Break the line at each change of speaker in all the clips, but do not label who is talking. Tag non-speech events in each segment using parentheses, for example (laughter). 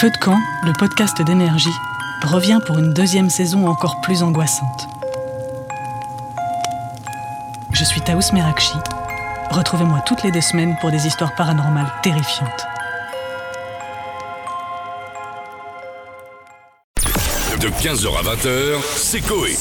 Feu de camp, le podcast d'énergie, revient pour une deuxième saison encore plus angoissante. Je suis Taous Merakchi. Retrouvez-moi toutes les deux semaines pour des histoires paranormales terrifiantes.
De 15h à 20h, c'est Coé.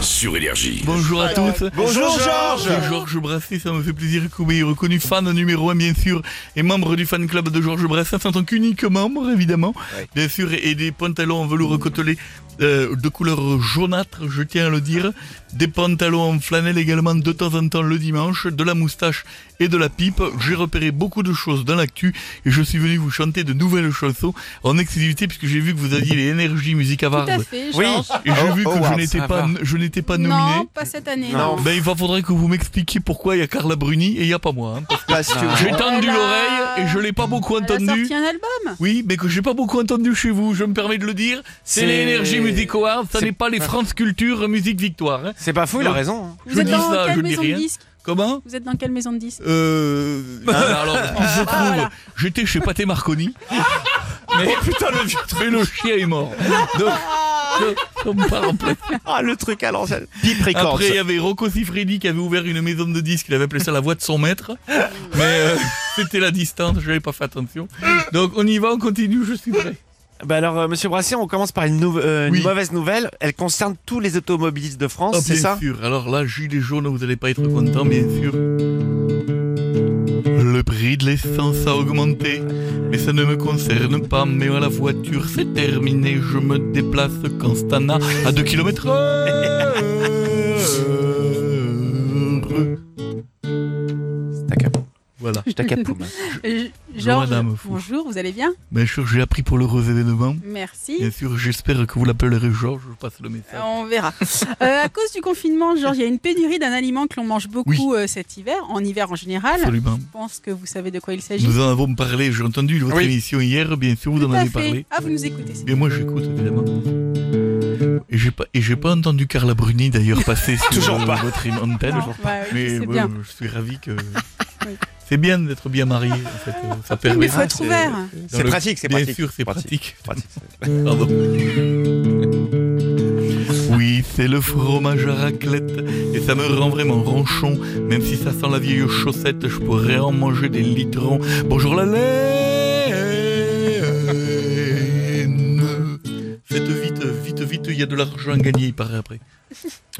Sur Énergie.
Bonjour à tous.
Bonjour, Georges.
C'est Georges Brassens, ça me fait plaisir. Koubé est reconnu fan numéro 1 bien sûr et membre du fan club de Georges Brassens en tant qu'unique membre évidemment. Bien sûr et des pantalons en velours côtelé euh, de couleur jaunâtre, je tiens à le dire. Des pantalons en flanelle également de temps en temps le dimanche, de la moustache et de la pipe. J'ai repéré beaucoup de choses dans l'actu et je suis venu vous chanter de nouvelles chansons en exclusivité puisque j'ai vu que vous aviez les énergies musique
Tout à
avardes.
fait,
Oui.
Georges.
Et j'ai
Oh,
vu que
oh,
je
wow,
n'étais
ça
pas,
va.
je n'étais pas nominé.
Non, pas cette année.
Non.
Ben, il va faudrait que vous m'expliquiez pourquoi il y a Carla Bruni et il n'y a pas moi. hein, parce que
Parce que-
J'ai tendu
Elle a-
l'oreille et je l'ai pas beaucoup
Elle a
entendu.
sorti un album.
Oui, mais que j'ai pas beaucoup entendu chez vous, je me permets de le dire. C'est
C'est-
les Energy Music Awards, ça
c'est-
n'est pas les France Culture Musique Victoire. hein.
C'est pas fou, il a
Non.
raison.
(laughs)
hein.
Vous
Je
êtes
dis
dans
ça, je
quelle
dis
maison
rien.
de disques
Comment
Vous êtes dans quelle maison de disques
Euh. Alors, je trouve,
Voilà.
j'étais chez Pathé Marconi. Mais putain, le vieux truc. Mais le chien est mort. Donc, je- on part en plein
Ah, le truc à l'ancienne. Pipe Records.
Après, il y avait Rocco Siffredi qui avait ouvert une maison de disques. Il avait appelé ça la voix de son maître. (laughs) Mais euh, c'était la distance, je n'avais pas fait attention. Donc on y va, on continue, je suis prêt.
Bah alors, euh, monsieur Brassier, on commence par une, nou- euh, une
Oui.
mauvaise nouvelle. Elle concerne tous les automobilistes de France,
Ah,
Oh, c'est
bien
ça
sûr. Alors là, gilet jaune, vous n'allez pas être content, bien sûr. Le prix de l'essence a augmenté, mais ça ne me concerne pas. Mais à la voiture, c'est terminé. Je me déplace Constana à 2 km
Je t'accapoume.
Voilà.
Je t'accapoume.
Euh, Georges,
madame, fou.
bonjour, vous allez bien
Bien sûr, j'ai appris pour l'heureux événement. Bien
Merci.
sûr, j'espère que vous l'appellerez Georges, je passe le
Euh,
message.
On verra. Euh, à cause du confinement, Georges, il y a une pénurie d'un aliment que l'on mange beaucoup euh, cet hiver, en hiver en général.
Absolument.
Je pense que vous savez de quoi il s'agit.
Nous en avons parlé, j'ai entendu votre
Oui.
émission hier, bien sûr, vous en
Tout à
avez
fait.
parlé.
Ah, vous nous écoutez. c'est-
Et moi, j'écoute, évidemment. Et j'ai pas, et j'ai pas entendu Carla Bruni,
(laughs)
d'ailleurs, passer sur
Toujours
euh,
pas.
votre antenne.
Non, ouais, oui,
Mais
c'est
euh,
bien.
je suis ravi que...
(laughs) Oui.
C'est bien d'être bien marié, en fait. euh, Ça
Oui, (laughs) mais
permet...
il faut être
c'est-
ouvert.
dans
C'est
le-
pratique, c'est
Bien
pratique.
sûr, c'est pratique.
pratique.
Pardon. (laughs) Oui, c'est le fromage à raclette et ça me rend vraiment ronchon. Même si ça sent la vieille chaussette, je pourrais en manger des litrons. Bonjour la laine. Faites vite, vite, vite, il y a de l'argent à gagner, il paraît après.
(laughs)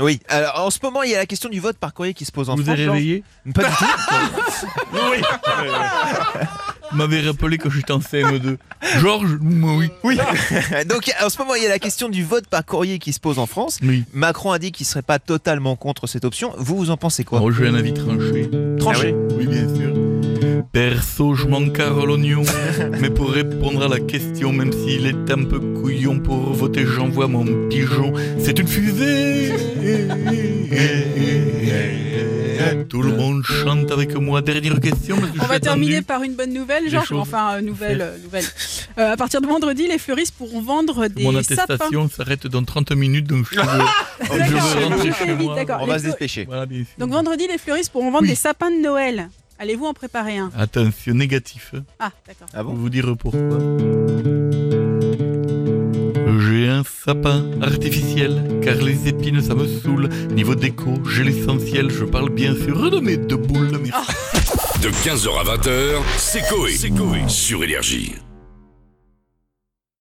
Oui, alors en ce moment, il y a la question du vote par courrier qui se pose en
vous
France.
êtes réveillé
Georges. Pas du tout. oui.
Vous m'avez rappelé que j'étais en CM2. Georges (laughs) Oui.
Oui. (laughs) Donc en ce moment, il y a la question du vote par courrier qui se pose en France.
Oui.
Macron a dit qu'il serait pas totalement contre cette option. Vous, vous en pensez quoi Ah
Moi, j'ai un avis tranché.
Tranché.
Oui, bien sûr. Perso, je m'en carre l'oignon. (laughs) mais pour répondre à la question, même s'il est un peu couillon, pour voter, j'envoie mon pigeon. C'est une fusée. Tout le monde chante avec moi. Dernière question. parce que
On
je suis
va terminer
attendu.
par une bonne nouvelle,
Les
Georges.
choses.
Enfin, euh, nouvelle, euh, nouvelle. Euh, à partir de vendredi, les fleuristes pourront vendre des
Mon
sapins.
attestation s'arrête dans 30 minutes, donc je veux, Oh, je
D'accord,
veux
on
rentrer
fait
chez
vite,
moi.
d'accord.
On
Les
va se
feux-
dépêcher.
Voilà, bien sûr.
Donc vendredi, les fleuristes pourront vendre
Oui.
des sapins de Noël. Allez-vous en préparer un
Attention, négatif.
Ah, d'accord.
Ah
Pour
bon
vous dire pourquoi. J'ai un sapin artificiel, car les épines ça me saoule. Niveau déco, j'ai l'essentiel, je parle bien sûr de mes deux boules. Merci.
De 15h à 20h, c'est Coé. Sur Énergie.